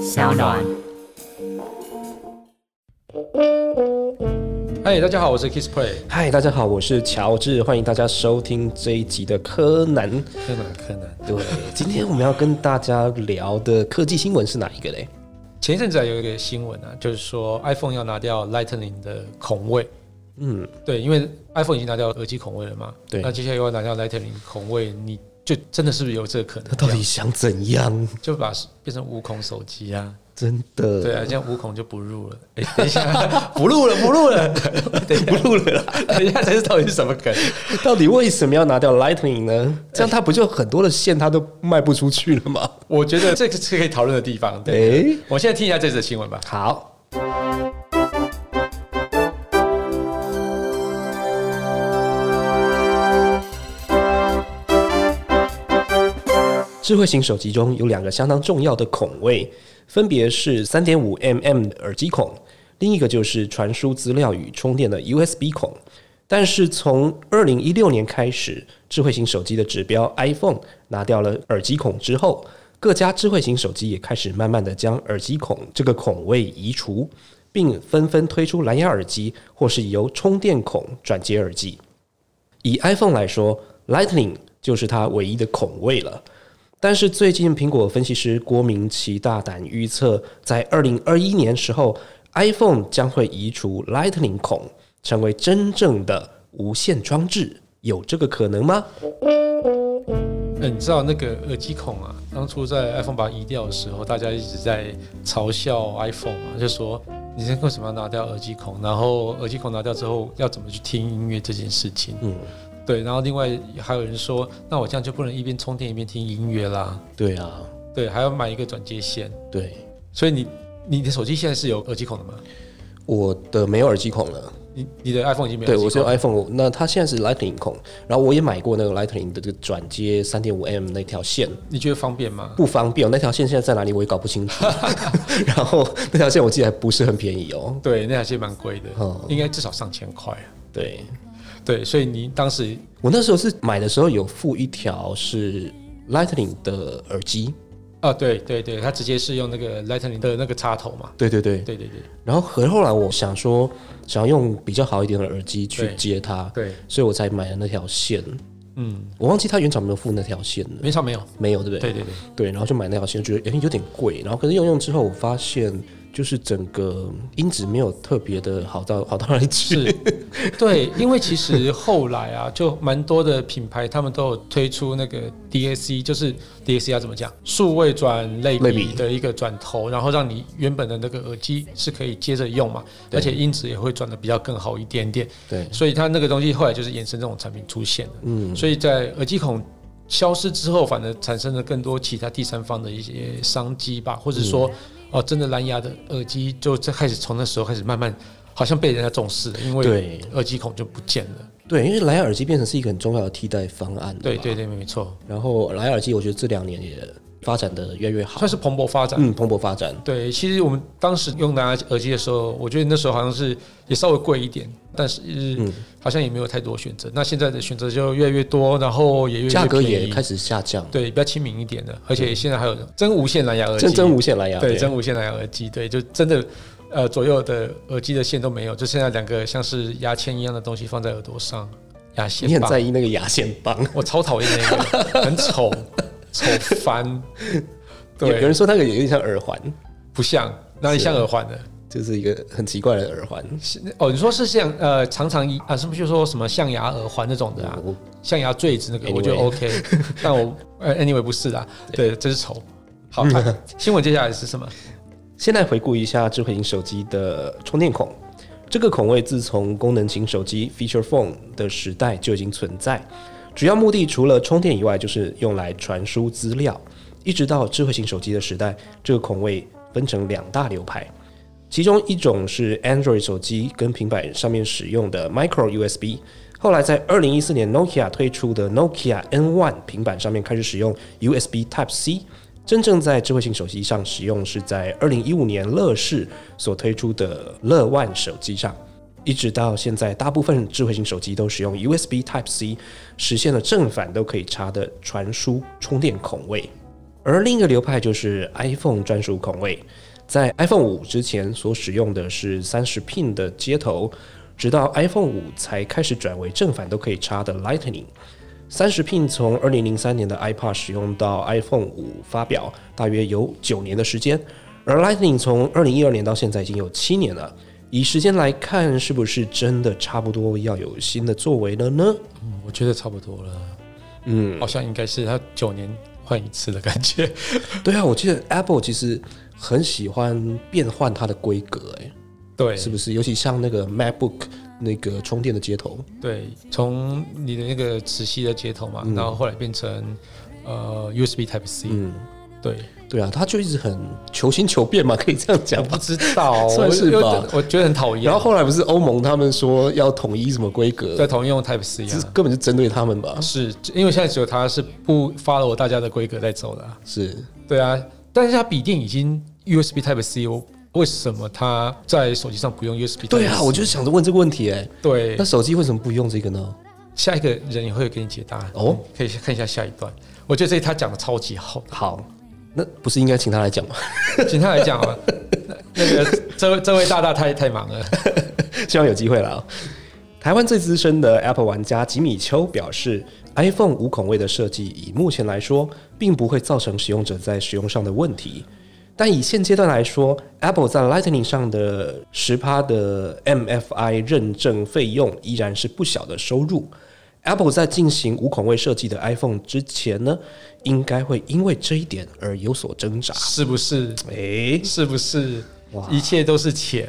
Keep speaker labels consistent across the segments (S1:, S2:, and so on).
S1: 小暖。
S2: 嗨，哎大家好，我是 Kiss Play。
S3: 嗨，大家好，我是乔治，欢迎大家收听这一集的柯南。
S2: 柯南，柯南。
S3: 对， 今天我们要跟大家聊的科技新闻是哪一个嘞？
S2: 前一阵子还有一个新闻啊，就是说 iPhone 要拿掉 Lightning 的孔位。
S3: 嗯，
S2: 对，因为 iPhone 已经拿掉耳机孔位了嘛。
S3: 对
S2: 那接下来又要拿掉 Lightning 孔位，你就真的是不是有这个可能？
S3: 他到底想怎样？
S2: 就把变成无孔手机啊？
S3: 真的，
S2: 对啊，现在无孔就不入了。 哎、等一下，不入了，不入 了，不入了。等一下，这是到底是什么梗？
S3: 到底为什么要拿掉 Lightning 呢？ 这样它不就很多的线它都卖不出去了吗？
S2: 我觉得这个是可以讨论的地方。
S3: 哎、
S2: 对，我现在听一下这则新闻吧。
S3: 好，智慧型手机中有两个相当重要的孔位，分别是三点五 mm 的耳机孔，另一个就是传输资料与充电的 USB 孔。但是从二零一六年开始，智慧型手机的指标 iPhone 拿掉了耳机孔之后，各家智慧型手机也开始慢慢的将耳机孔这个孔位移除，并纷纷推出蓝牙耳机或是由充电孔转接耳机。以 iPhone 来说，Lightning 就是它唯一的孔位了。但是最近，苹果分析师郭明奇大胆预测，在二零二一年时候，iPhone 将会移除 Lightning 孔，成为真正的无线装置。有这个可能吗？
S2: 欸、你知道那个耳机孔啊？当初在 iPhone 把它移掉的时候，大家一直在嘲笑 iPhone 嘛，就说你这为什么要拿掉耳机孔？然后耳机孔拿掉之后，要怎么去听音乐这件事情？
S3: 嗯，
S2: 对，然后另外还有人说，那我这样就不能一边充电一边听音乐啦。
S3: 对啊，
S2: 对，还要买一个转接线。
S3: 对，
S2: 所以你你的手机现在是有耳机孔的吗？
S3: 我的没有耳机孔了。
S2: 你你的 iPhone 已经没有
S3: 对，
S2: 耳机
S3: 我
S2: 孔
S3: 是用 iPhone，那它现在是 Lightning 孔，然后我也买过那个 Lightning 的这个转接三点五 M 那条线，
S2: 你觉得方便吗？
S3: 不方便哦、那条线现在在哪里我也搞不清 楚。然后那条线我记得还不是很便宜哦。
S2: 对，那还是蛮贵的，
S3: 哦
S2: 应该至少上千块。啊
S3: 对，
S2: 对，所以你当时
S3: 我那时候是买的时候有附一条是 Lightning 的耳机，
S2: 啊，对对对，它直接是用那个 Lightning 的那个插头嘛。
S3: 对对对。
S2: 对对对
S3: 然后和后来我想说，想要用比较好一点的耳机去
S2: 对
S3: 接它，
S2: 对，
S3: 所以我才买了那条线。
S2: 嗯，
S3: 我忘记它原厂有没有附那条线了，
S2: 没错没有。
S3: 没有对不对？
S2: 对对对，
S3: 对，然后就买那条线，觉得诶有点贵。然后可是用用之后，我发现就是整个音质没有特别的好到好到哪里去。
S2: 是，对，因为其实后来啊，就蛮多的品牌他们都有推出那个 DAC，就是 DAC 要怎么讲，数位转类
S3: 类
S2: 比
S3: 比
S2: 的一个转头，然后让你原本的那个耳机是可以接着用嘛，而且音质也会转的比较更好一点点。
S3: 对，
S2: 所以它那个东西后来就是衍生这种产品出现的。嗯，所以在耳机孔消失之后，反而产生了更多其他第三方的一些商机吧，或者说，
S3: 嗯
S2: 哦、真的蓝牙的耳机就这开始从那时候开始慢慢好像被人家重视了，因为
S3: 对
S2: 耳机孔就不见了。
S3: 对，因为蓝牙耳机变成是一个很重要的替代方案。
S2: 对。对对，没错，
S3: 然后蓝牙耳机，我觉得这两年也发展的越来越好，
S2: 算是蓬勃发展。
S3: 嗯蓬勃发展。
S2: 对，其实我们当时用蓝牙耳机的时候，我觉得那时候好像是也稍微贵一点，但是、
S3: 嗯
S2: 好像也没有太多选择。那现在的选择就越来越多，然后也越来越
S3: 价格
S2: 便
S3: 也
S2: 宜
S3: 开始下降，
S2: 对，比较亲民一点的，而且现在还有真无线蓝牙耳机，
S3: 真真无线蓝牙，
S2: 对，真无线蓝牙耳机，对，就真的呃左右的耳机的线都没有，就剩下两个像是牙签一样的东西放在耳朵上，牙线
S3: 你很
S2: 棒
S3: 在意那个牙线棒。
S2: 我超讨厌那个，很丑，丑翻，
S3: 有有
S2: 对，
S3: 人说那个有点像耳环，
S2: 不像，哪里像耳环的？
S3: 就是一个很奇怪的耳环。
S2: 是哦，你说是像呃常常一啊，是不是就说什么象牙耳环那种的啊？
S3: 我
S2: 象牙坠子那个
S3: 嗯 Anyway
S2: 我觉得 OK，但 我呃 anyway 不是啦，对，真是丑。好， 啊新闻接下来是什么？
S3: 现在回顾一下智慧型手机的充电孔，这个孔位自从功能型手机 feature phone 的时代就已经存在，主要目的除了充电以外，就是用来传输资料。一直到智慧型手机的时代，这个孔位分成两大流派，其中一种是 Android 手机跟平板上面使用的 micro USB。后来在二零一四年，Nokia 推出的 Nokia N1 平板上面开始使用 USB Type C。真正在智慧型手机上使用是在二零一五年乐视所推出的乐万手机上，一直到现在，大部分智慧型手机都使用 USB Type C，实现了正反都可以插的传输充电孔位。而另一个流派就是 iPhone 专属孔位，在 iPhone 五之前所使用的是三十 pin 的接头，直到 iPhone 五才开始转为正反都可以插的 Lightning。三十 pin 从二零零三年的 iPad 使用到 iPhone 五发表，大约有九年的时间。而 Lightning 从二零一二年到现在已经有七年了。以时间来看，是不是真的差不多要有新的作为了呢？
S2: 嗯我觉得差不多了，
S3: 嗯，
S2: 好像应该是它九年换一次的感觉。
S3: 对啊，我记得 Apple 其实很喜欢变换它的规格、欸，
S2: 对，
S3: 是不是？尤其像那个 MacBook 那个充电的接头，
S2: 对，从你的那个磁吸的接头嘛，然后后来变成呃 USB Type C，、
S3: 嗯，
S2: 对，
S3: 对啊，它就一直很求新求变嘛，可以这样讲
S2: 我不
S3: 吧。
S2: 知道，
S3: 算哦是
S2: 我
S3: 吧
S2: 我觉得很讨厌。
S3: 然后后来不是欧盟他们说要统一什么规格，
S2: 在同用 Type C
S3: 这
S2: 啊，
S3: 根本就针对他们吧？
S2: 是因为现在只有它是不 follow 大家的规格在走的啊、
S3: 是，
S2: 对啊，但是它笔电已经 USB Type C 哦，为什么它在手机上不用 USB？
S3: 对啊，我就是想着问这个问题、欸，哎，
S2: 对
S3: 那，手机为什么不用这个呢？
S2: 下一个人也会给你解答
S3: 哦
S2: 哦，可以看一下下一段。我觉得这他讲的超级好，
S3: 好，那不是应该请他来讲吗？
S2: 请他来讲啊。那那个这位这位大大太太忙了，
S3: 希望有机会了啊。台湾最资深的 Apple 玩家吉米秋表示，iPhone 无孔位的设计以目前来说，并不会造成使用者在使用上的问题。但以现阶段来说，Apple 在 Lightning 上的十趴的 MFI 认证费用依然是不小的收入。Apple 在进行无孔位设计的 iPhone 之前呢，应该会因为这一点而有所挣扎。
S2: 是不是？
S3: 诶、
S2: 是不是
S3: 哇？
S2: 一切都是钱，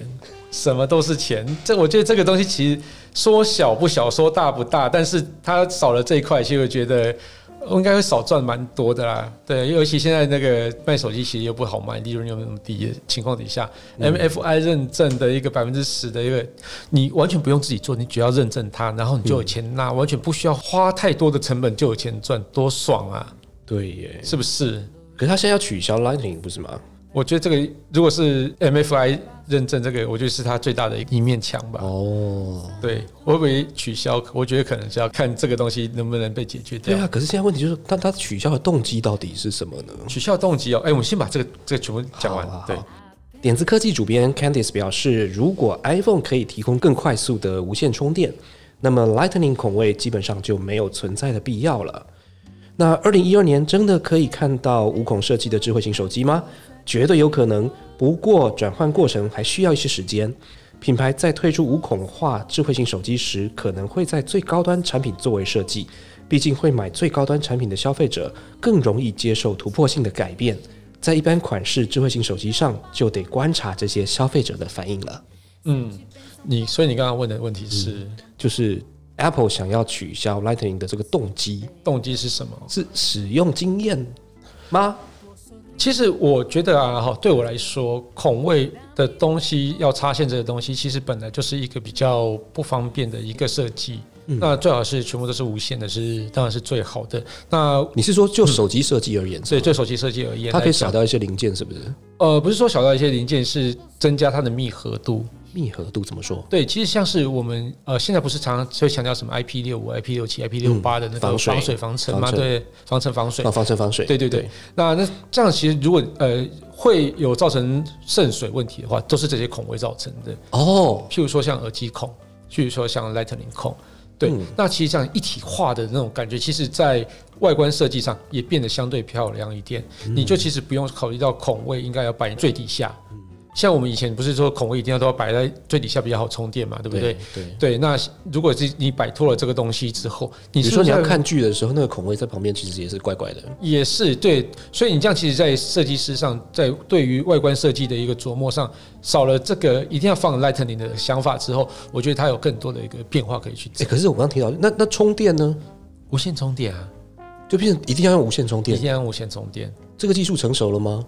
S2: 什么都是钱。这我觉得这个东西其实说小不小，说大不大，但是它少了这一块，其实我觉得呃应该会少赚蛮多的啦。对，尤其现在那个卖手机其实又不好卖，利润又那么低的情况底下、m f i 认证的一个百分之十的一个，你完全不用自己做，你只要认证它，然后你就有钱拿，完全不需要花太多的成本就有钱赚，多爽啊！
S3: 对耶。
S2: 是不是？
S3: 可是他现在要取消 Lightning 不是吗？
S2: 我觉得这个如果是 MFI 认证，这个我觉得是它最大的一面墙吧。
S3: 哦，
S2: 对，会不会取消？我觉得可能是要看这个东西能不能被解决
S3: 对
S2: 掉。
S3: 啊，可是现在问题就是，但他取消的动机到底是什么呢？
S2: 取消动机哦，哎、我们先把这个这个全部讲完。
S3: 好啊
S2: 对
S3: 好，点子科技主编 Candice 表示，如果 iPhone 可以提供更快速的无线充电，那么 Lightning 孔位基本上就没有存在的必要了。那二零一二年真的可以看到无孔设计的智慧型手机吗？绝对有可能，不过转换过程还需要一些时间。品牌在推出无孔化智慧型手机时，可能会在最高端产品作为设计，毕竟会买最高端产品的消费者更容易接受突破性的改变。在一般款式智慧型手机上，就得观察这些消费者的反应了。
S2: 嗯，你所以你刚刚问的问题是、
S3: 就是 Apple 想要取消 Lightning 的这个动机
S2: 动机是什么？
S3: 是使用经验吗？
S2: 其实我觉得啊，哈，对我来说，孔位的东西要插线这个东西，其实本来就是一个比较不方便的一个设计。
S3: 嗯
S2: 那最好是全部都是无线的是当然是最好的。那
S3: 你是说就手机设计而言，
S2: 所以嗯对手机设计而言，
S3: 它可以
S2: 来讲
S3: 少掉一些零件，是不是？
S2: 呃，不是说小到一些零件，是增加它的密合度。
S3: 密合度怎么说？
S2: 对，其实像是我们呃，现在不是常常会强调什么 IP 六五、IP 六七、IP 六八的那个
S3: 嗯防水
S2: 防水防尘
S3: 防
S2: 嘛，
S3: 尘
S2: 对，防尘防水
S3: 啊，。防尘防水。
S2: 对对对，那那这样其实如果呃会有造成渗水问题的话，都是这些孔位造成的。
S3: 哦，
S2: 譬如说像耳机孔，譬如说像 Lightning 孔，对，
S3: 嗯
S2: 那其实这样一体化的那种感觉，其实在外观设计上也变得相对漂亮一点。
S3: 嗯
S2: 你就其实不用考虑到孔位应该要摆最底下，
S3: 嗯
S2: 像我们以前不是说孔位一定要都要摆在最底下比较好充电嘛，对不对？
S3: 对。
S2: 对，那如果是你摆脱了这个东西之后，
S3: 比
S2: 你是
S3: 如说
S2: 不
S3: 你
S2: 是
S3: 要看剧的时候，那个孔位在旁边其实也是怪怪的。
S2: 也是对，所以你这样其实，在设计师上，在对于外观设计的一个琢磨上，少了这个一定要放 Lightning 的想法之后，我觉得它有更多的一个变化可以去
S3: 哎，
S2: 做。
S3: 可是我刚刚提到，那那充电呢，
S2: 无线充电啊，
S3: 就变成一定要用无线充
S2: 一
S3: 电，
S2: 定要用无线充电。
S3: 这个技术成熟了吗？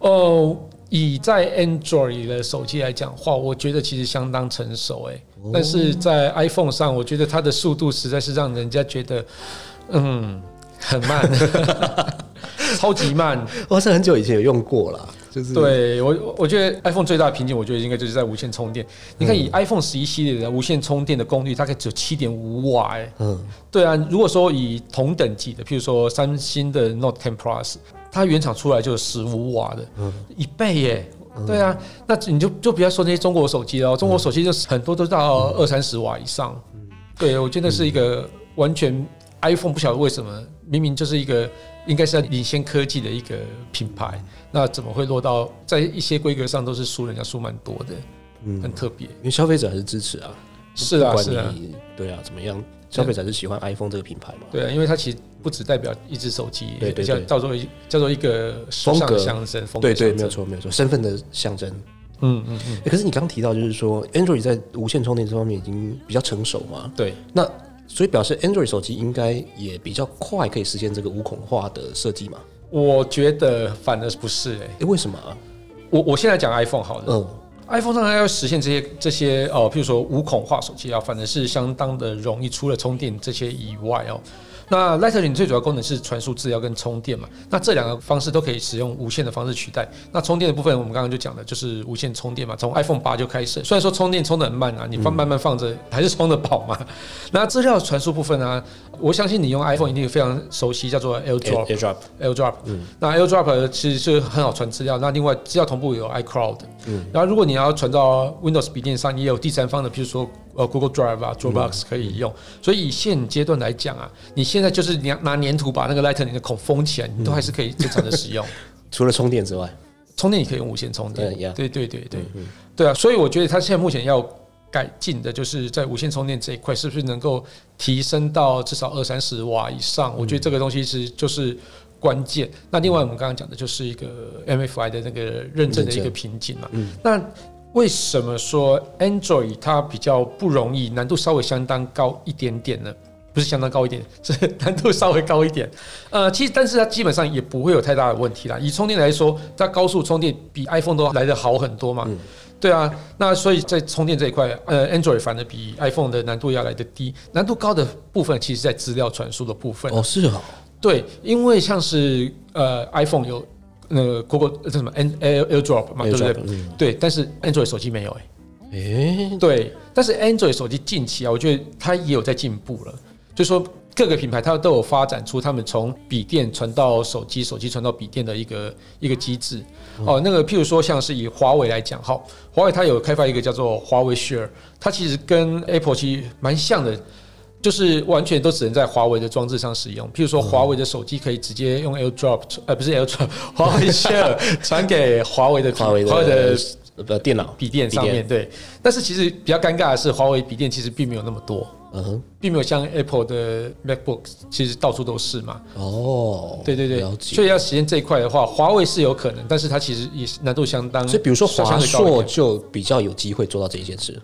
S2: 哦，以在 Android 的手机来讲话，我觉得其实相当成熟诶、但是在 iPhone 上，我觉得它的速度实在是让人家觉得， 嗯，很慢，超级慢。
S3: 我是很久以前有用过啦，就是
S2: 对我，我觉得 iPhone 最大的瓶颈，我觉得应该就是在无线充电。你看，
S3: 嗯
S2: 以 iPhone 十一系列的无线充电的功率大概只有七点五瓦，哎，
S3: 嗯，
S2: 对啊。如果说以同等级的，譬如说三星的 Note 10 Plus，它原厂出来就是十五瓦的，一倍耶。对啊，那你就就不要说那些中国手机了哦，中国手机就是很多都到二三十瓦以上。对，我觉得是一个完全 iPhone 不晓得为什么，明明就是一个应该是要领先科技的一个品牌，那怎么会落到在一些规格上都是输人家输蛮多的，很特别。
S3: 因为消费者还是支持啊，
S2: 是啊
S3: 不
S2: 是啊
S3: 管你对啊怎么样，消费者还是喜欢 iPhone 这个品牌嘛，
S2: 对啊，因为它其实不只代表一只手机，
S3: 对对
S2: 叫
S3: 对
S2: 叫做一叫做一个时尚
S3: 风格
S2: 的象征，风格
S3: 对对，
S2: 象
S3: 没有
S2: 征，
S3: 错没有错，身份的象征。
S2: 嗯嗯嗯，
S3: 欸可是你刚刚提到，就是说 Android 在无线充电这方面已经比较成熟嘛，
S2: 对。
S3: 那所以表示 Android 手机应该也比较快可以实现这个无孔化的设计嘛？
S2: 我觉得反而不是哎、
S3: 诶，为什么、啊？
S2: 我我现在讲 iPhone 好了，
S3: 嗯
S2: iPhone 上它要实现这些这些哦，譬如说无孔化手机啊，反而是相当的容易，除了充电这些以外哦。那 Lightning 最主要功能是传输资料跟充电嘛，那这两个方式都可以使用无线的方式取代。那充电的部分，我们刚刚就讲的就是无线充电嘛，从 iPhone 八就开始，虽然说充电充的很慢啊，你放慢慢放着还是充得饱嘛。那资料传输部分啊，我相信你用 iPhone 一定非常熟悉，叫做 AirDrop。
S3: ，AirDrop，
S2: AirDrop，、那 AirDrop 其实是很好传资料。那另外资料同步有 iCloud，、然后如果你要传到 Windows 笔电上，也有第三方的，譬如说呃 Google Drive 啊、Dropbox 可以用。所以以现阶段来讲啊，你现在就是你要拿粘土把那个 Lightning 的孔封起来，你都还是可以正常的使用。
S3: 除了充电之外，
S2: 充电也可以用无线充电，
S3: 对，yeah 嗯
S2: 对对对对，对啊，所以我觉得它现在目前要改进的就是在无线充电这一块，是不是能够提升到至少二三十瓦以
S3: 嗯
S2: 上？我觉得这个东西是就是关键。那另外我们刚刚讲的就是一个 MFI 的那个认证的一个
S3: 认证嗯
S2: 瓶颈嘛，那。为什么说 Android 它比较不容易，难度稍微相当高一点点呢？不是相当高一点，是 难度稍微高一点。呃，其实但是它基本上也不会有太大的问题啦。以充电来说，它高速充电比 iPhone 都来得好很多嘛。对啊，那所以在充电这一块，呃，Android 反而比 iPhone 的难度要来得低。难度高的部分，其实在资料传输的部分。
S3: 哦，是哦，
S2: 对，因为像是呃 iPhone 有那个 Google 呃这什么 N Air AirDrop 嘛，对不对
S3: AirDrop，嗯？
S2: 对，但是 Android 手机没有哎、
S3: 诶，
S2: 对，但是 Android 手机近期啊，我觉得它也有在进步了，就说各个品牌它都有发展出他们从笔电传到手机，手机传到笔电的一个一个机制。哦，那个譬如说像是以华为来讲，哈，华为它有开发一个叫做华为 Share，它其实跟 Apple 其实蛮像的。就是完全都只能在华为的装置上使用，譬如
S3: 嗯
S2: 说华为的手机可以直接用 AirDrop，呃，不是 AirDrop，华为 Share 传给华为的
S3: 华为的
S2: 华为的
S3: 呃电脑，
S2: 笔电上面对，但是其实比较尴尬的是，华为笔电其实并没有那么多，
S3: 嗯哼，
S2: 并没有像 Apple 的 MacBook 其实到处都是嘛。
S3: 哦，
S2: 对对对
S3: 了，解。
S2: 所以要实现这一块的话，华为是有可能，但是它其实也嗯是难度相当。
S3: 所以比如说
S2: 相
S3: 华
S2: 对高一点
S3: 硕就比较有机会做到这一 件事。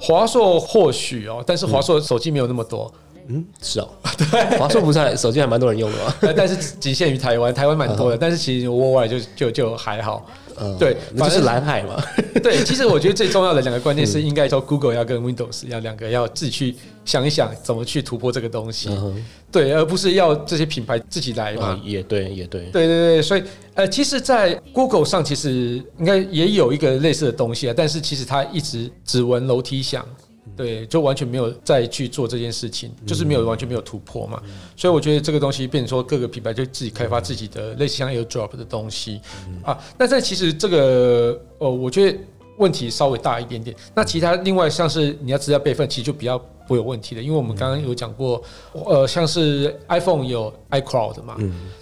S2: 华硕或许哦，但是华硕手机没有那么多，
S3: 嗯，是哦，对，华硕不是还手机还蛮多人用的嘛。
S2: 呃但是仅限于台湾，台湾蛮多的，但是其实国外就就就还好。
S3: 嗯，
S2: 对
S3: 那就
S2: 反
S3: 是
S2: 正
S3: 蓝海嘛。
S2: 对，其实我觉得最重要的两个关键是，
S3: 嗯
S2: 应该说 Google 要跟 Windows 要两个要自己去想一想怎么去突破这个东西，
S3: 嗯哼，
S2: 对，而不是要这些品牌自己来嘛。
S3: 啊，也对，也对，
S2: 对对对，所以呃，其实，在 Google 上其实应该也有一个类似的东西啊，但是其实它一直只闻楼梯响，
S3: 嗯
S2: 对，就完全没有再去做这件事情，就是没有完全没有突破嘛。所以我觉得这个东西变成说各个品牌就自己开
S3: 嗯
S2: 发自己的类似像 AirDrop 的东西啊。那在其实这个呃，我觉得问题稍微大一点点。那其他另外像是你要资料备份，其实就比较不会有问题的，因为我们刚刚有讲过，
S3: 嗯
S2: 呃，像是 iPhone 有 iCloud 嘛，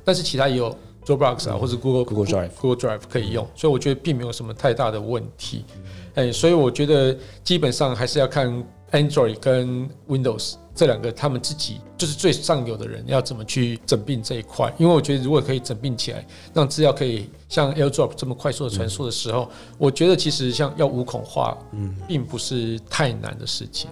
S2: 但是其他也有 Dropbox 啊，或者 Google
S3: 嗯 Google Drive 嗯
S2: Google Drive 可以用，所以我觉得并没有什么太大的问题。哎、所以我觉得基本上还是要看 Android 跟 Windows 这两个他们自己就是最上游的人要怎么去整并这一块，因为我觉得如果可以整并起来，让资料可以像 AirDrop 这么快速的传输的时候，我觉得其实像要无孔化，
S3: 嗯
S2: 并不是太难的事情。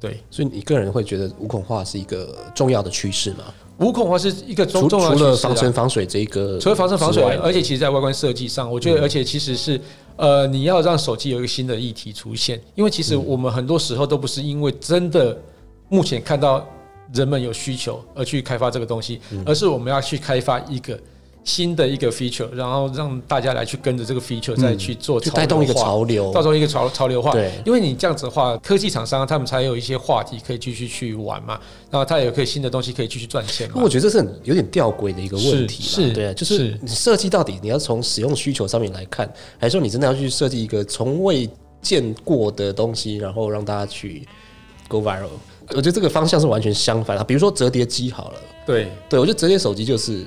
S2: 对，
S3: 所以你个人会觉得无孔化是一个重要的趋势嘛？
S2: 无孔化是一个
S3: 除
S2: 重重要
S3: 除
S2: 的
S3: 了
S2: 趋势啊
S3: 防尘防水这一个，
S2: 除了防尘防水，而
S3: 且
S2: 且其实在外观设计上，我觉得，
S3: 嗯
S2: 而且其实是呃，你要让手机有一个新的议题出现，因为其
S3: 嗯
S2: 实我们很多时候都不是因为真的目前
S3: 嗯
S2: 看到人们有需求而去开发这个东西，而是我们要去开发一个新的一个 feature，然后让大家来去跟着这个 feature 再去做
S3: 嗯就
S2: 潮流化
S3: 带动一个潮流
S2: 到时候一个潮潮流化。
S3: 对
S2: 因为你这样子的话，科技厂商他们才有一些话题可以继续去玩嘛，然后他也可以新的东西可以继续赚钱嘛
S3: 我。觉得这是很有点吊诡的一个问题
S2: 是
S3: 啦
S2: 是
S3: 对啊，就是
S2: 是
S3: 你设计到底你要从使用需求上面来看，还是说你真的要去设计一个从未见过的东西，然后让大家去 go viral？我觉得这个方向是完全相反的。比如说折叠机好了，
S2: 对，
S3: 对我觉得折叠手机就是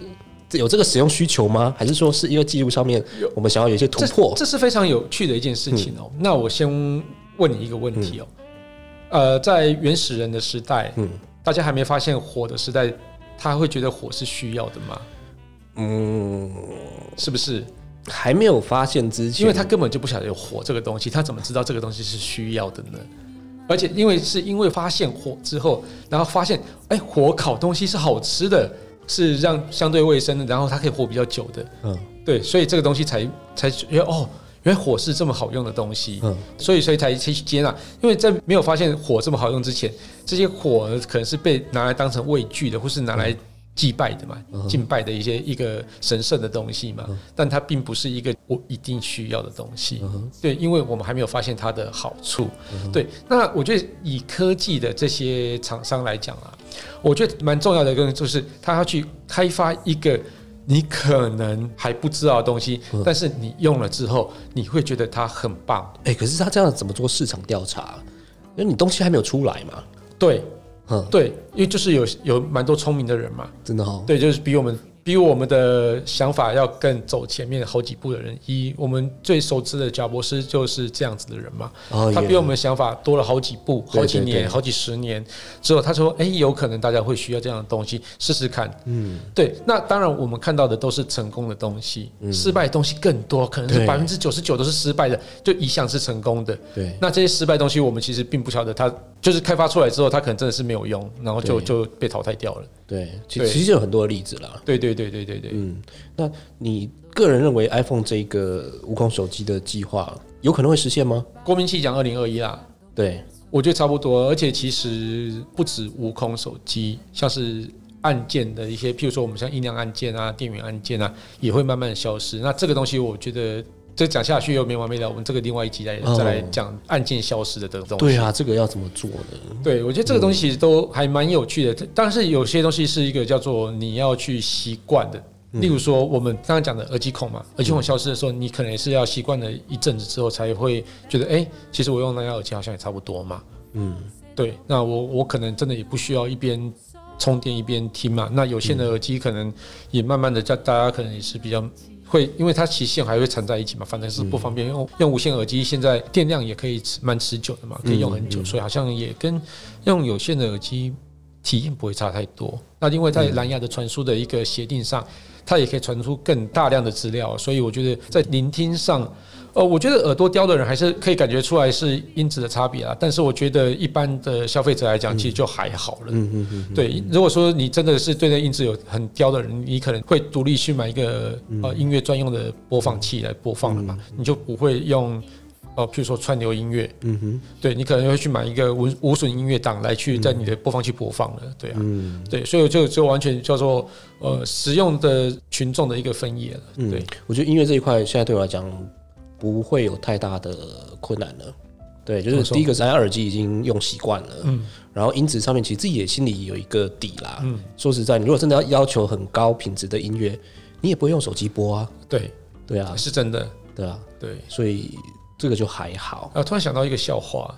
S3: 有这个使用需求吗？还是说是因为技术上面我们想要有一些突破？
S2: 哦这，这是非常有趣的一件事情哦。那我先问你一个问题哦，呃，在原始人的时代，
S3: 嗯
S2: 大家还没发现火的时代，他会觉得火是需要的吗？
S3: 嗯，
S2: 是不是？
S3: 还没有发现之前，
S2: 因为他根本就不晓得有火这个东西，他怎么知道这个东西是需要的呢？而且因为是因为发现火之后，然后发现哎、火烤东西是好吃的，是让相对卫生的，然后它可以活比较久的，
S3: 嗯
S2: 对，所以这个东西才才觉得哦，原来火是这么好用的东西，
S3: 嗯
S2: 所以所以才去接纳。因为在没有发现火这么好用之前，这些火可能是被拿来当成畏惧的，或是拿来祭拜的嘛，敬拜的一些一个神圣的东西嘛。但它并不是一个我一定需要的东西，对，因为我们还没有发现它的好处。对，那我觉得以科技的这些厂商来讲啊，我觉得蛮重要的一个就是他要去开发一个。你可能还不知道的东西，但是你用了之后，你会觉得它很棒，
S3: 哎、可是他这样怎么做市场调查？因为你东西还没有出来嘛，
S2: 对
S3: 嗯，
S2: 对，因为就是有有蛮多聪明的人嘛，
S3: 真的哦。
S2: 对，就是比我们比我们的想法要更走前面好几步的人。以我们最熟知的贾博士就是这样子的人嘛，
S3: 哦
S2: 他
S3: 也
S2: 比我们想法多了好几步、
S3: 对
S2: 好几
S3: 对对
S2: 年、好几十年之后，他说：“哎、有可能大家会需要这样的东西，试试看。”嗯，对。那当然，我们看到的都是成功的东西，失败的东西更多，可能是
S3: 嗯对
S2: 百分之九十九都是失败的，就一项是成功的。
S3: 对
S2: 那这些失败的东西，我们其实并不晓得它，就是开发出来之后，它可能真的是没有用，然后就
S3: 对
S2: 就被淘汰掉了。
S3: 对，其
S2: 对
S3: 其实有很多的例子啦。
S2: 对对对对对对。
S3: 嗯，那你个人认为 iPhone 这个无孔手机的计划有可能会实现吗？
S2: 国民气讲二零二一啦，
S3: 对，
S2: 我觉得差不多。而且其实不止无孔手机，像是按键的一些，譬如说我们像音量按键啊、电源按键啊，也会慢慢地消失。那这个东西，我觉得这讲下去又没完没了。我们这个另外一集再、
S3: 哦
S2: 再来讲按键消失的这个东西。
S3: 对啊，这个要怎么做呢？
S2: 对，我觉得这个东西其实都还蛮有趣的，但是有些东西是一个叫做你要去习惯的。例如说，我们刚刚讲的耳机孔嘛，耳机孔消失的时候，你可能也是要习惯了一阵子之后，才会觉得，哎、其实我用那条耳机好像也差不多嘛。
S3: 嗯，
S2: 对，那我我可能真的也不需要一边充电一边听嘛。那有线的耳机可能也慢慢的，大大家可能也是比较会，因为它其实线还会缠在一起嘛，反正是不方便用用无线耳机。现在电量也可以持蛮持久的嘛，可以用很久，所以好像也跟用有线的耳机体验不会差太多。那另外在蓝牙的传输的一个协定上，它也可以传输更大量的资料，所以我觉得在聆听上。呃，我觉得耳朵雕的人还是可以感觉出来是音质的差别啊，但是我觉得一般的消费者来讲，其实就还好了。
S3: 嗯嗯嗯，
S2: 对，如果说你真的是对那音质有很刁的人，你可能会独立去买一个
S3: 嗯
S2: 呃音乐专用的播放器来播放了嘛，你就不会用呃，譬如说串流音乐，
S3: 嗯哼，
S2: 对你可能会去买一个无无损音乐档来去在你的播放器播放了，对啊，
S3: 嗯
S2: 对，所以就就完全叫做呃实用的群众的一个分野了，
S3: 嗯，
S2: 对，，
S3: 我觉得音乐这一块现在对我来讲不会有太大的困难了。对，就
S2: 怎么
S3: 是
S2: 说
S3: 第一个是蓝牙耳机已经用习惯了，
S2: 嗯
S3: 然后音质上面其实自己也心里有一个底啦。
S2: 嗯
S3: 说实在，你如果真的要要求很高品质的音乐，你也不会用手机播啊。
S2: 对，
S3: 对啊，
S2: 是真的，
S3: 对啊，
S2: 对。
S3: 所以这个就还好。
S2: 啊，突然想到一个笑话，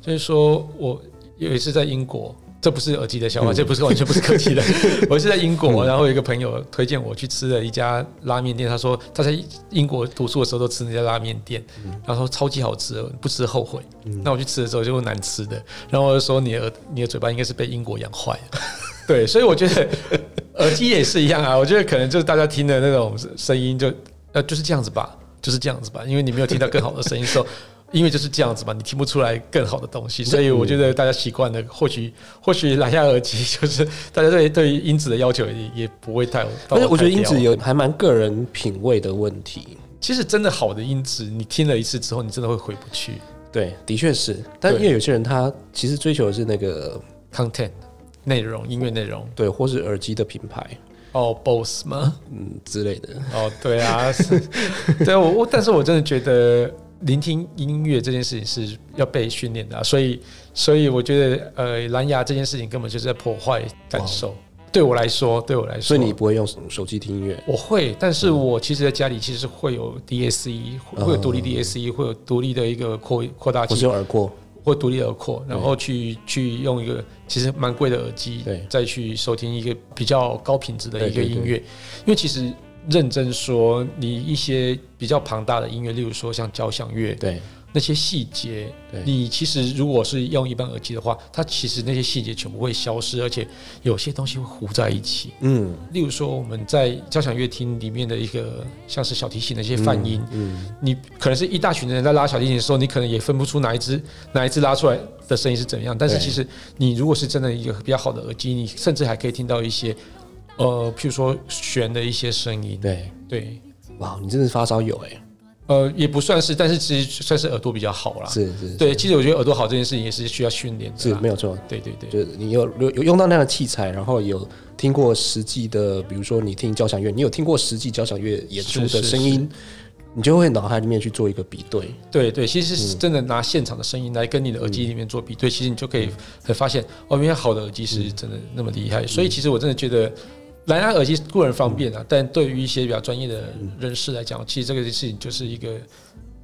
S2: 就是说我有一次在英国，这不是耳机的笑话，这不是完全不是科技的。我是在英国，然后有一个朋友推荐我去吃了一家拉面店，他说他在英国读书的时候都吃那家拉面店，然后说超级好吃哦，不吃后悔。
S3: 嗯
S2: 那我去吃的时候就难吃的，然后我就说你的耳你的嘴巴应该是被英国养坏 了。对，所以我觉得 耳机也是一样啊。我觉得可能就是大家听的那种声音就，呃就是这样子吧，就是这样子吧。因为你没有听到更好的声音的时候， 因为就是这样子嘛，你听不出来更好的东
S3: 嗯
S2: 西。所以我觉得大家习惯了，或许或许蓝牙耳机就是 大家对对于音质的要求也也不会太。
S3: 但是我觉得音质
S2: 有，
S3: 有还蛮个人品味的问题。
S2: 其实真的好的音质，你听了一次之后，你真的会回不去。
S3: 对，的确是。但因为有些人他其实追求的是那个
S2: Content 内容，音乐内容，
S3: 对，或是耳机的品牌。
S2: 哦，BOSS 吗？
S3: 嗯之类的。
S2: 哦，对啊，是， 对我我，但是我真的觉得聆听音乐这件事情是要被训练的、啊，所以所以我觉得呃，蓝牙这件事情根本就是在破坏感受。对我来说，对我来说，
S3: 所以你不会用手机听音乐？
S2: 我会，但是我其实在家里其实会有 DSE，会有独立 DSE，会有独立的一个扩扩大
S3: 我
S2: 器
S3: 是，用耳廓。
S2: 或独立耳廓，然后去去用一个其实蛮贵的耳机
S3: 对，
S2: 再去收听一个比较高品质的
S3: 对
S2: 一个
S3: 对对
S2: 音乐。因为其实认真说，你一些比较庞大的音乐，例如说像交响乐
S3: 对，
S2: 那些细节
S3: 对，
S2: 你其实如果是用一般耳机的话，它其实那些细节全部会消失，而且有些东西会糊在一起。
S3: 嗯，
S2: 例如说，我们在交响乐厅里面的一个像是小提琴的一些泛音，
S3: 嗯，
S2: 你可能是一大群人在拉小提琴的时候，你可能也分不出哪一支哪一支拉出来的声音是怎么样。但是
S3: 嗯对
S2: 其实你如果是真的一个比较好的耳机，你甚至还可以听到一些呃，譬如说弦的一些声音。
S3: 对，
S2: 对，
S3: 哇，你真的是发烧友哎、
S2: 呃，也不算是，但是其实算是耳朵比较好啦。
S3: 是是
S2: 啊对，啊其实我觉得耳朵好这件事情也是需要训练的。
S3: 是没有错，
S2: 对对对，
S3: 就是你有有有用到那样的器材，然后有听过实际的，比如说你听交响乐，你有听过实际交响乐演出
S2: 是
S3: 的
S2: 是
S3: 声音，你就会脑海里面去做一个比对。
S2: 对对，其实是真的拿现场的声音来跟你的耳机里面做比对，其实你就可以很发现哦，原来好的耳机是真的那么厉害。所以其实我真的觉得蓝牙耳机固然方便啊，但对于一些比较专业的人士来讲，其实这个事情就是一个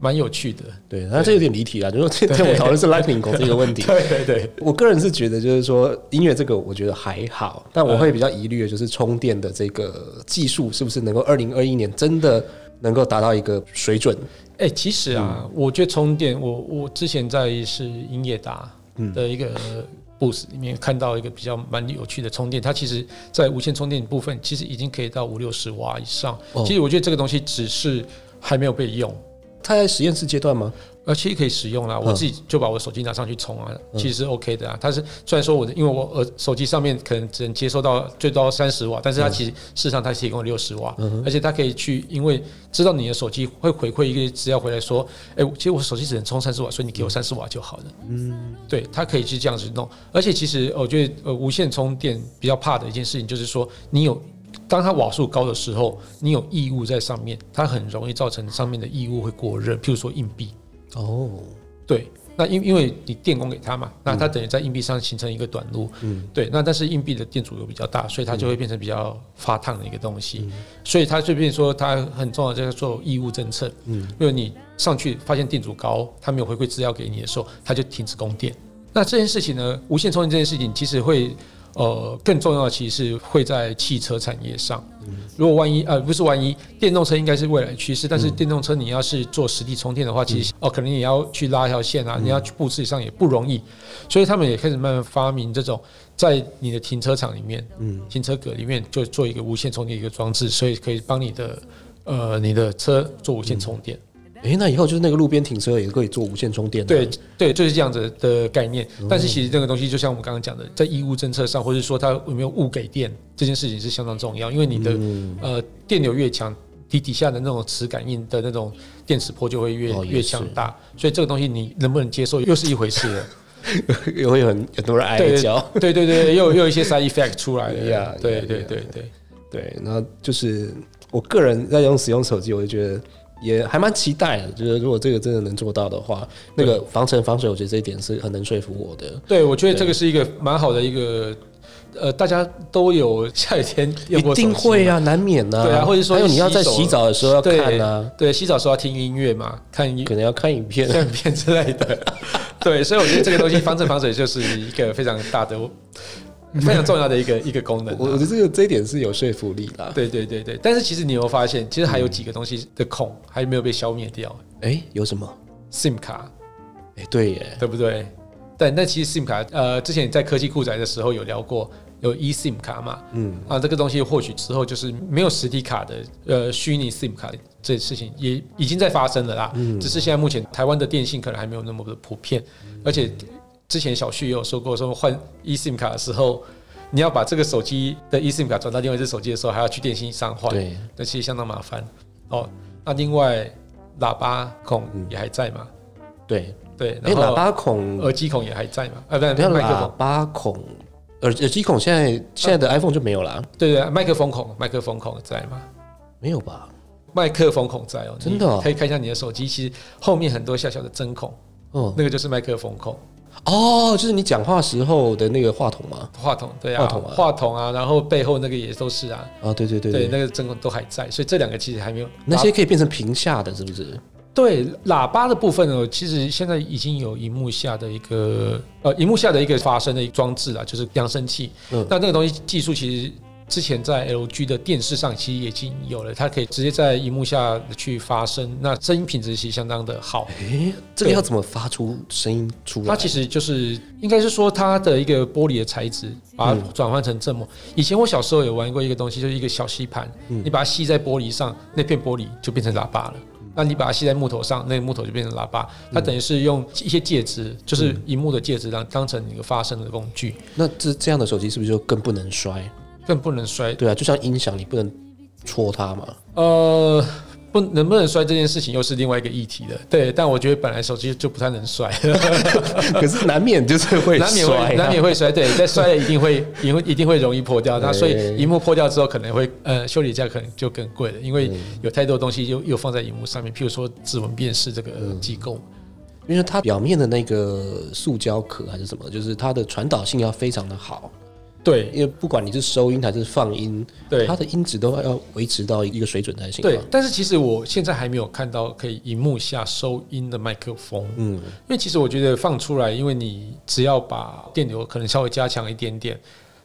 S2: 蛮有趣的。
S3: 对，那这有点离题了，就是今天我们讨论是 Lightning 口这个问题。
S2: 对对对，
S3: 我个人是觉得，就是说音乐这个，我觉得还好，但我
S2: 嗯
S3: 会比较疑虑的就是充电的这个技术是不是能够二零二一年真的能够达到一个水准？
S2: 哎、其实啊，我觉得充电，我我之前在是英业达的一个 booth 里面看到一个比较蛮有趣的充电，它其实在无线充电部分，其实已经可以到五六十瓦以上。
S3: 哦
S2: 其实我觉得这个东西只是还没有被用。
S3: 它在实验室阶段吗？
S2: 呃，其实可以使用啦，我自己就把我手机拿上去充啊，其实是 OK 的啊。它是虽然说我的，因为我呃手机上面可能只能接收到最多三十瓦，但是它其实事实上它提供六十瓦，而且它可以去，因为知道你的手机会回馈一个资料回来说，哎、其实我手机只能充三十瓦，所以你给我三十瓦就好了。嗯，对，它可以去这样子弄。而且其实呃我觉得呃无线充电比较怕的一件事情就是说，你有当它瓦数高的时候，你有异物在上面，它很容易造成上面的异物会过热，譬如说硬币。
S3: 哦，
S2: 对，那因因为你电供给他嘛，那他等于在硬币上形成一个短路，嗯，对，那但是硬币的电阻又比较大，所以它就会变成比较发烫的一个东西，所以它就变成说它很重要，就是做义务政策，嗯，因为你上去发现电阻高，它没有回馈资料给你的时候，它就停止供电。那这件事情呢，无线充电这件事情其实会。呃，更重要的其实是会在汽车产业上。如果万一呃不是万一，电动车应该是未来趋势，但是电动车你要是做实地充电的话，其实哦可能也要去拉一条线啊，你要去布置上也不容易，所以他们也开始慢慢发明这种在你的停车场里面，嗯，停车格里面就做一个无线充电一个装置，所以可以帮你的呃你的车做无线充电。
S3: 诶，那以后就是那个路边停车也可以做无线充电、啊。
S2: 对对，就是这样子的概念。
S3: 嗯
S2: 但是其实这个东西，就像我们刚刚讲的，在义务政策上，或者说它有没有误给电这件事情是相当重要，因为你的、
S3: 嗯
S2: 呃电流越强，你底下的那种磁感应的那种电磁波就会越、
S3: 哦也
S2: 越强
S3: 是
S2: 大，所以这个东西你能不能接受又是一回事 了。
S3: 也会有很很多人哀
S2: 对
S3: 叫。
S2: 对对对，又又有一些 side effect 出来了。
S3: Yeah, yeah,
S2: 对
S3: yeah.
S2: 对对对，
S3: 对，然后就是我个人在用使用手机，我就觉得也还蛮期待的。就是如果这个真的能做到的话，那个防尘防水，我觉得这一点是很能说服我的。
S2: 对我觉得这个是一个蛮好的一个。呃，大家都有 下雨天用
S3: 一
S2: 过
S3: 定
S2: 手机
S3: 会
S2: 嘛
S3: 啊，难免呐、啊。
S2: 对啊或者说
S3: 还有你要
S2: 洗手
S3: 在洗澡的时候要看啊，
S2: 对，洗澡的时候要听音乐嘛，看音
S3: 可能要看影片。
S2: 相片之类的。 对，所以我觉得这个东西防尘防水就是一个非常大的、 非常重要的一个一个功能
S3: 我我
S2: 啊、
S3: 觉得这个这一点是有说服力啦。
S2: 对对对对，但是其实你有没有发现，其实还有几个东西的孔还没有被消灭掉
S3: 哎、有什么？
S2: ，SIM 卡，
S3: 哎、对耶，
S2: 对不对？但那其实 SIM 卡，呃，之前在科技酷宅的时候有聊过，有 eSIM 卡嘛，嗯，啊，这个东西或许之后就是没有实体卡的，呃，虚拟 SIM 卡这事情也已经在发生了啦，
S3: 嗯
S2: 只是现在目前台湾的电信可能还没有那么的普遍，
S3: 嗯
S2: 而且之前小旭也有说过，说换 eSIM 卡的时候。你要把这个手机的 eSIM 卡转到另外一只手机的时候，还要去电信上换，
S3: 对
S2: 那其实相当麻烦哦。那另外喇叭孔也还在嘛？
S3: 对，
S2: 对，
S3: 哎、
S2: 然后
S3: 嗯喇叭孔，
S2: 耳机孔也还在嘛？啊，不是，
S3: 等一下
S2: 麦克
S3: 喇
S2: 风。呃
S3: 叭孔耳耳机孔现在现在的 iPhone 就没有啦，
S2: 对对，麦克风孔，麦克风孔在吗？
S3: 没有吧？
S2: 麦克风孔在哦，你
S3: 真的哦
S2: 可以看一下你的手机，其实后面很多小小的针孔，
S3: 哦
S2: 那个就是麦克风孔，
S3: 哦，就是你讲话时候的那个话筒嘛。
S2: 话筒对啊，
S3: 话筒啊
S2: 啊然后背后那个也都是啊，
S3: 啊，对对对对，
S2: 那个针孔都还在，所以这两个其实还没有
S3: 那些可以变成屏下的，是不是？
S2: 对喇叭的部分呢，其实现在已经有荧幕下的一个呃，荧幕下的一个发声的装置啦，就是扬声器。
S3: 嗯
S2: 那那个东西技术其实之前在 LG 的电视上其实也已经有了，它可以直接在荧幕下去发声，那声音品质其实相当的好。
S3: 诶，这个
S2: 对
S3: 要怎么发出声音出来？
S2: 它其实就是应该是说它的一个玻璃的材质，把它转换成振膜。以前我小时候有玩过一个东西，就是一个小吸盘，你把它吸在玻璃上，那片玻璃就变成喇叭了。那你把它吸在木头上，那个木头就变成喇叭。它等于是用一些介质，就是荧幕的介质，当当成一个发声的工具，
S3: 那这这样的手机是不是就更不能摔？
S2: 更不能摔。
S3: 对啊，就像音响，你不能戳它嘛。
S2: 呃，不能不能摔这件事情又是另外一个议题了。对，但我觉得本来手机就不太能摔。
S3: 可是难免就是会
S2: 难免
S3: 摔啊、
S2: 会难免会 摔，对，但摔了一定会，一定会一定会容易破掉。那所以荧幕破掉之后，可能会呃修理价可能就更贵了，因
S3: 嗯
S2: 为有太多东西又又放在荧幕上面，譬如说指纹辨识这个
S3: 嗯
S2: 机构，
S3: 因为它表面的那个塑胶壳还是什么，就是它的传导性要非常的好，
S2: 对
S3: 因为不管你是收音还是放音，
S2: 对
S3: 它的音质都要维持到一个水准才行。
S2: 对，。但是其实我现在还没有看到可以荧幕下收音的麦克风，
S3: 嗯，
S2: 因为其实我觉得放出来，因为你只要把电流可能稍微加强一点点，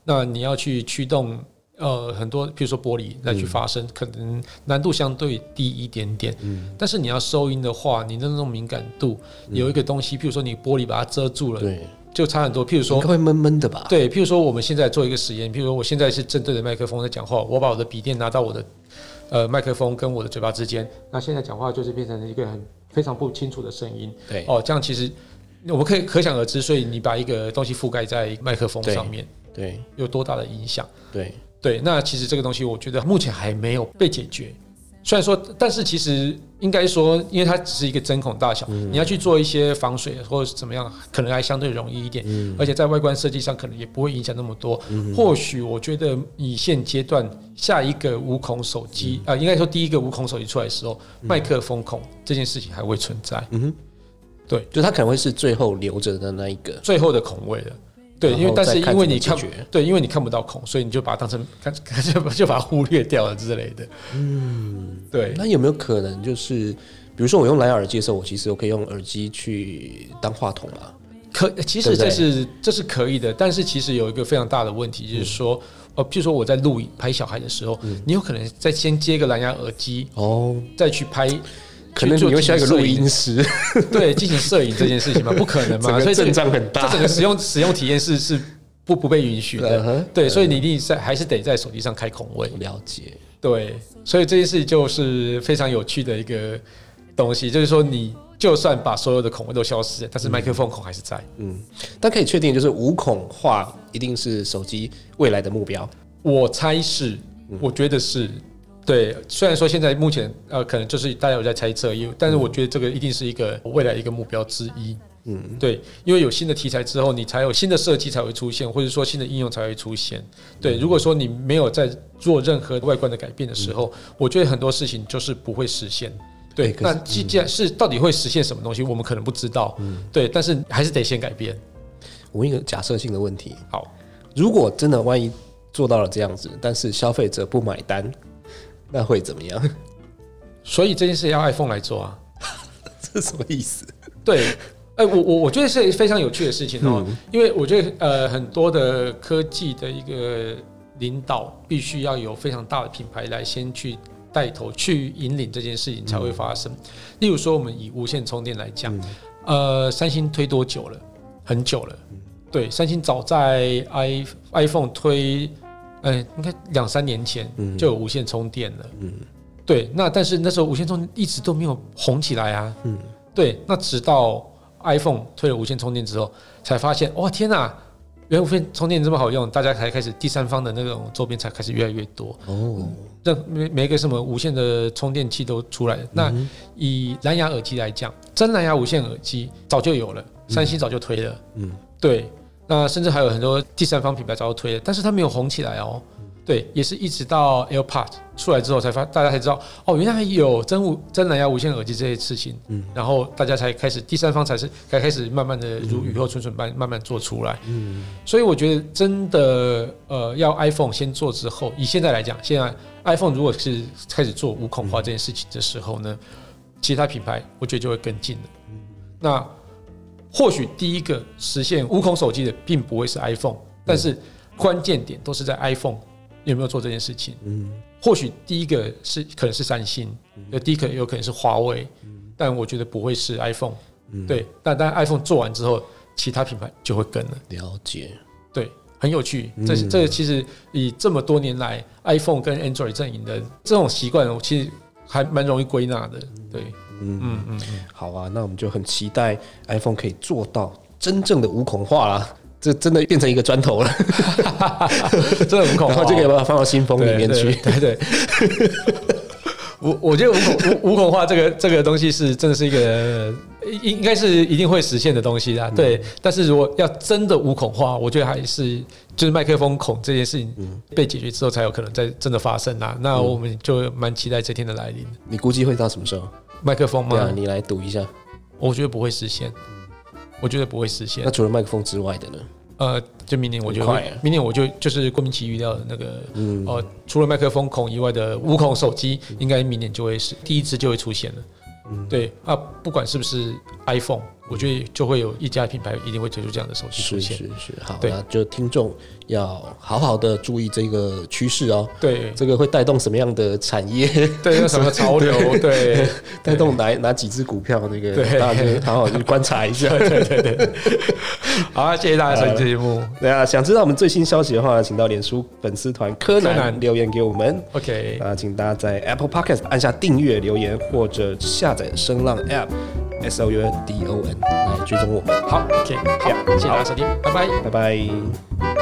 S2: 那你要去驱动呃很多，比如说玻璃再去发声，可能难度相对低一点点。嗯，但是你要收音的话，你的那种敏感度有一个东西，譬如说你玻璃把它遮住了，
S3: 嗯对，
S2: 就差很多。譬如
S3: 应
S2: 说
S3: 该。会闷闷的吧？
S2: 对，譬如说我们现在做一个实验，譬如说我现在是针对着麦克风在讲话，我把我的笔电拿到我的呃麦克风跟我的嘴巴之间，那现在讲话就是变成了一个很非常不清楚的声音。
S3: 对
S2: 哦，这样其实我们可以可想而知，所以你把一个东西覆盖在麦克风上面，
S3: 对
S2: 有多大的影响？
S3: 对，
S2: 对，那其实这个东西我觉得目前还没有被解决。虽然说，但是其实应该说，因为它只是一个针孔大小，你要去做一些防水或者是怎么样，可能还相对容易一点，而且在外观设计上可能也不会影响那么多。或许我觉得以现阶段下一个无孔手机啊、呃应该说第一个无孔手机出来的时候，麦克风孔这件事情还会存在。
S3: 就它可能会是最后留着的那一个。
S2: 最后的孔位了。对，
S3: 然
S2: 因为
S3: 后
S2: 但
S3: 再
S2: 是
S3: 看
S2: 因为
S3: 怎么
S2: 你
S3: 解
S2: 看
S3: 决
S2: 对，因为你看不到孔，所以你就把它当成看 就把就把它忽略掉了之类的。嗯，对，
S3: 那有没有可能就是，比如说我用蓝牙耳机的时候，我其实我可以用耳机去当话筒啊？
S2: 可其
S3: 对
S2: 实
S3: 不对
S2: 这是这是可以的，但是其实有一个非常大的问题，就是说，
S3: 嗯
S2: 呃，譬如说我在录影拍小孩的时候，你有可能再先接个蓝牙耳机，
S3: 哦，
S2: 再去拍。
S3: 可能
S2: 去
S3: 你
S2: 做
S3: 会需要一个录
S2: 进
S3: 音师，
S2: 行摄影，对，进行摄影这件事情嘛， 不可能嘛，
S3: 整
S2: 所以
S3: 个
S2: 这
S3: 阵
S2: 个
S3: 仗很
S2: 这
S3: 大。
S2: 整个使用使用体验是是不不被允许
S3: 嗯
S2: 的
S3: 哼，
S2: 对，所以你一定在还是得在手机上开孔位，
S3: 了解，
S2: 对，所以这件事就是非常有趣的一个东西，就是说你就算把所有的孔位都消失了，但是麦克风孔还是在。
S3: 但可以确定就是无孔化一定是手机未来的目标。
S2: 我猜是，
S3: 嗯
S2: 我觉得是。对，虽然说现在目前呃，可能就是大家有在猜测，因为
S3: 嗯
S2: 但是我觉得这个一定是一个未来一个目标之一。嗯，对，因为有新的题材之后，你才有新的设计才会出现，或者说新的应用才会出现。
S3: 嗯
S2: 对，如果说你没有在做任何外观的改变的时候，我觉得很多事情就是不会实现。
S3: 嗯哎
S2: 对，
S3: 可
S2: 那
S3: 是
S2: 既既然是到底会实现什么东西，我们可能不知道。
S3: 嗯
S2: 对，但是还是得先改变。
S3: 我问一个假设性的问题：
S2: 好，
S3: 如果真的万一做到了这样子，但是消费者不买单，那会怎么样？
S2: 所以这件事要 iPhone 来做啊。
S3: 这是什么意思？
S2: 对， 哎、我我我觉得是非常有趣的事情哦、因为我觉得呃，很多的科技的一个领导必须要有非常大的品牌来先去带头去引领这件事情才会发生。例如说，我们以无线充电来讲，呃，三星推多久了？很久了。对，三星早在 i iPhone 推，嗯、应该两三年前就有无线充电了。嗯，对。那但是那时候无线充电一直都没有红起来啊。嗯，对。那直到 iPhone 推了无线充电之后，才发现哇天哪、原来无线充电这么好用，大家才开始第三方的那种周边才开始越来越多。
S3: 哦，
S2: 任每每一个什么无线的充电器都出来了。那以蓝牙耳机来讲，真蓝牙无线耳机早就有了，三星早就推了。嗯，对。那甚至还有很多第三方品牌早就推了，但是它没有红起来哦。对，也是一直到 AirPod 出来之后，才发大家才知道哦，原来还有真无真蓝牙无线耳机这些事情。嗯，然后大家才开始，第三方才是才开始慢慢的如雨后春笋般慢慢做出来。嗯，所以我觉得真的呃，要 iPhone 先做之后，以现在来讲，现在 iPhone 如果是开始做无孔化这件事情的时候呢，其他品牌我觉得就会跟进了。那或许第一个实现无孔手机的并不会是 iPhone，但是关键点都是在 iPhone 有没有做这件事情。嗯，或许第一个是可能是三星，呃，第一个有可能是华为，但我觉得不会是 iPhone。对，
S3: 嗯
S2: 但但 iPhone 做完之后，其他品牌就会跟了。
S3: 了解，
S2: 对，很有趣。这
S3: 嗯
S2: 这个其实以这么多年来 iPhone 跟 Android 阵营的这种习惯，我其实还蛮容易归纳的。对，嗯嗯嗯。
S3: 好啊，那我们就很期待 iPhone 可以做到真正的无孔化啦。这真的变成一个砖头 了，
S2: 真的无孔化
S3: 然后就可以把它放到信封里面去。
S2: 对对 对对我我觉得无孔无无孔化这个这个东西是真的是一个应应该是一定会实现的东西
S3: 嗯
S2: 啦。对，但是如果要真的无孔化，我觉得还是就是麦克风孔这件事情
S3: 嗯
S2: 被解决之后，才有可能在真的发生啦。那我们就蛮期待这天的来临。
S3: 你估计会到什么时候？
S2: 麦克风
S3: 对啊，
S2: 吗？
S3: 你来赌一下。
S2: 我觉得不会实现，我觉得不会实现
S3: 那。除了麦克风之外的呢？
S2: 呃，就明年我就
S3: 很快啊
S2: 明年我就就是郭明奇预料的那个，呃，除了麦克风孔以外的无孔手机，应该明年就会是第一支就会出现了。对啊，不管是不是 iPhone，我觉得就会有一家品牌一定会推出这样的手机出
S3: 是
S2: 现。
S3: 是是，好，
S2: 对
S3: 那就听众要好好的注意这个趋势哦。
S2: 对
S3: 这个会带动什么样的产业？
S2: 对，那什么潮 流？ 对
S3: 带动哪哪几只股票？那个
S2: 对
S3: 大家就好好去观 察一下。
S2: 对对对。好啊，谢谢大家收听这节目。
S3: 对啊，想知道我们最新消息的话，请到脸书粉丝团柯
S2: 柯
S3: 南
S2: 南
S3: 留言给我们。
S2: OK，
S3: 啊，请大家在 Apple Podcast 按下订阅、留言或者下载声浪 App S O U N D O N 来追踪我们。
S2: 好，OK，好，谢谢大家收听，拜拜。
S3: 拜拜。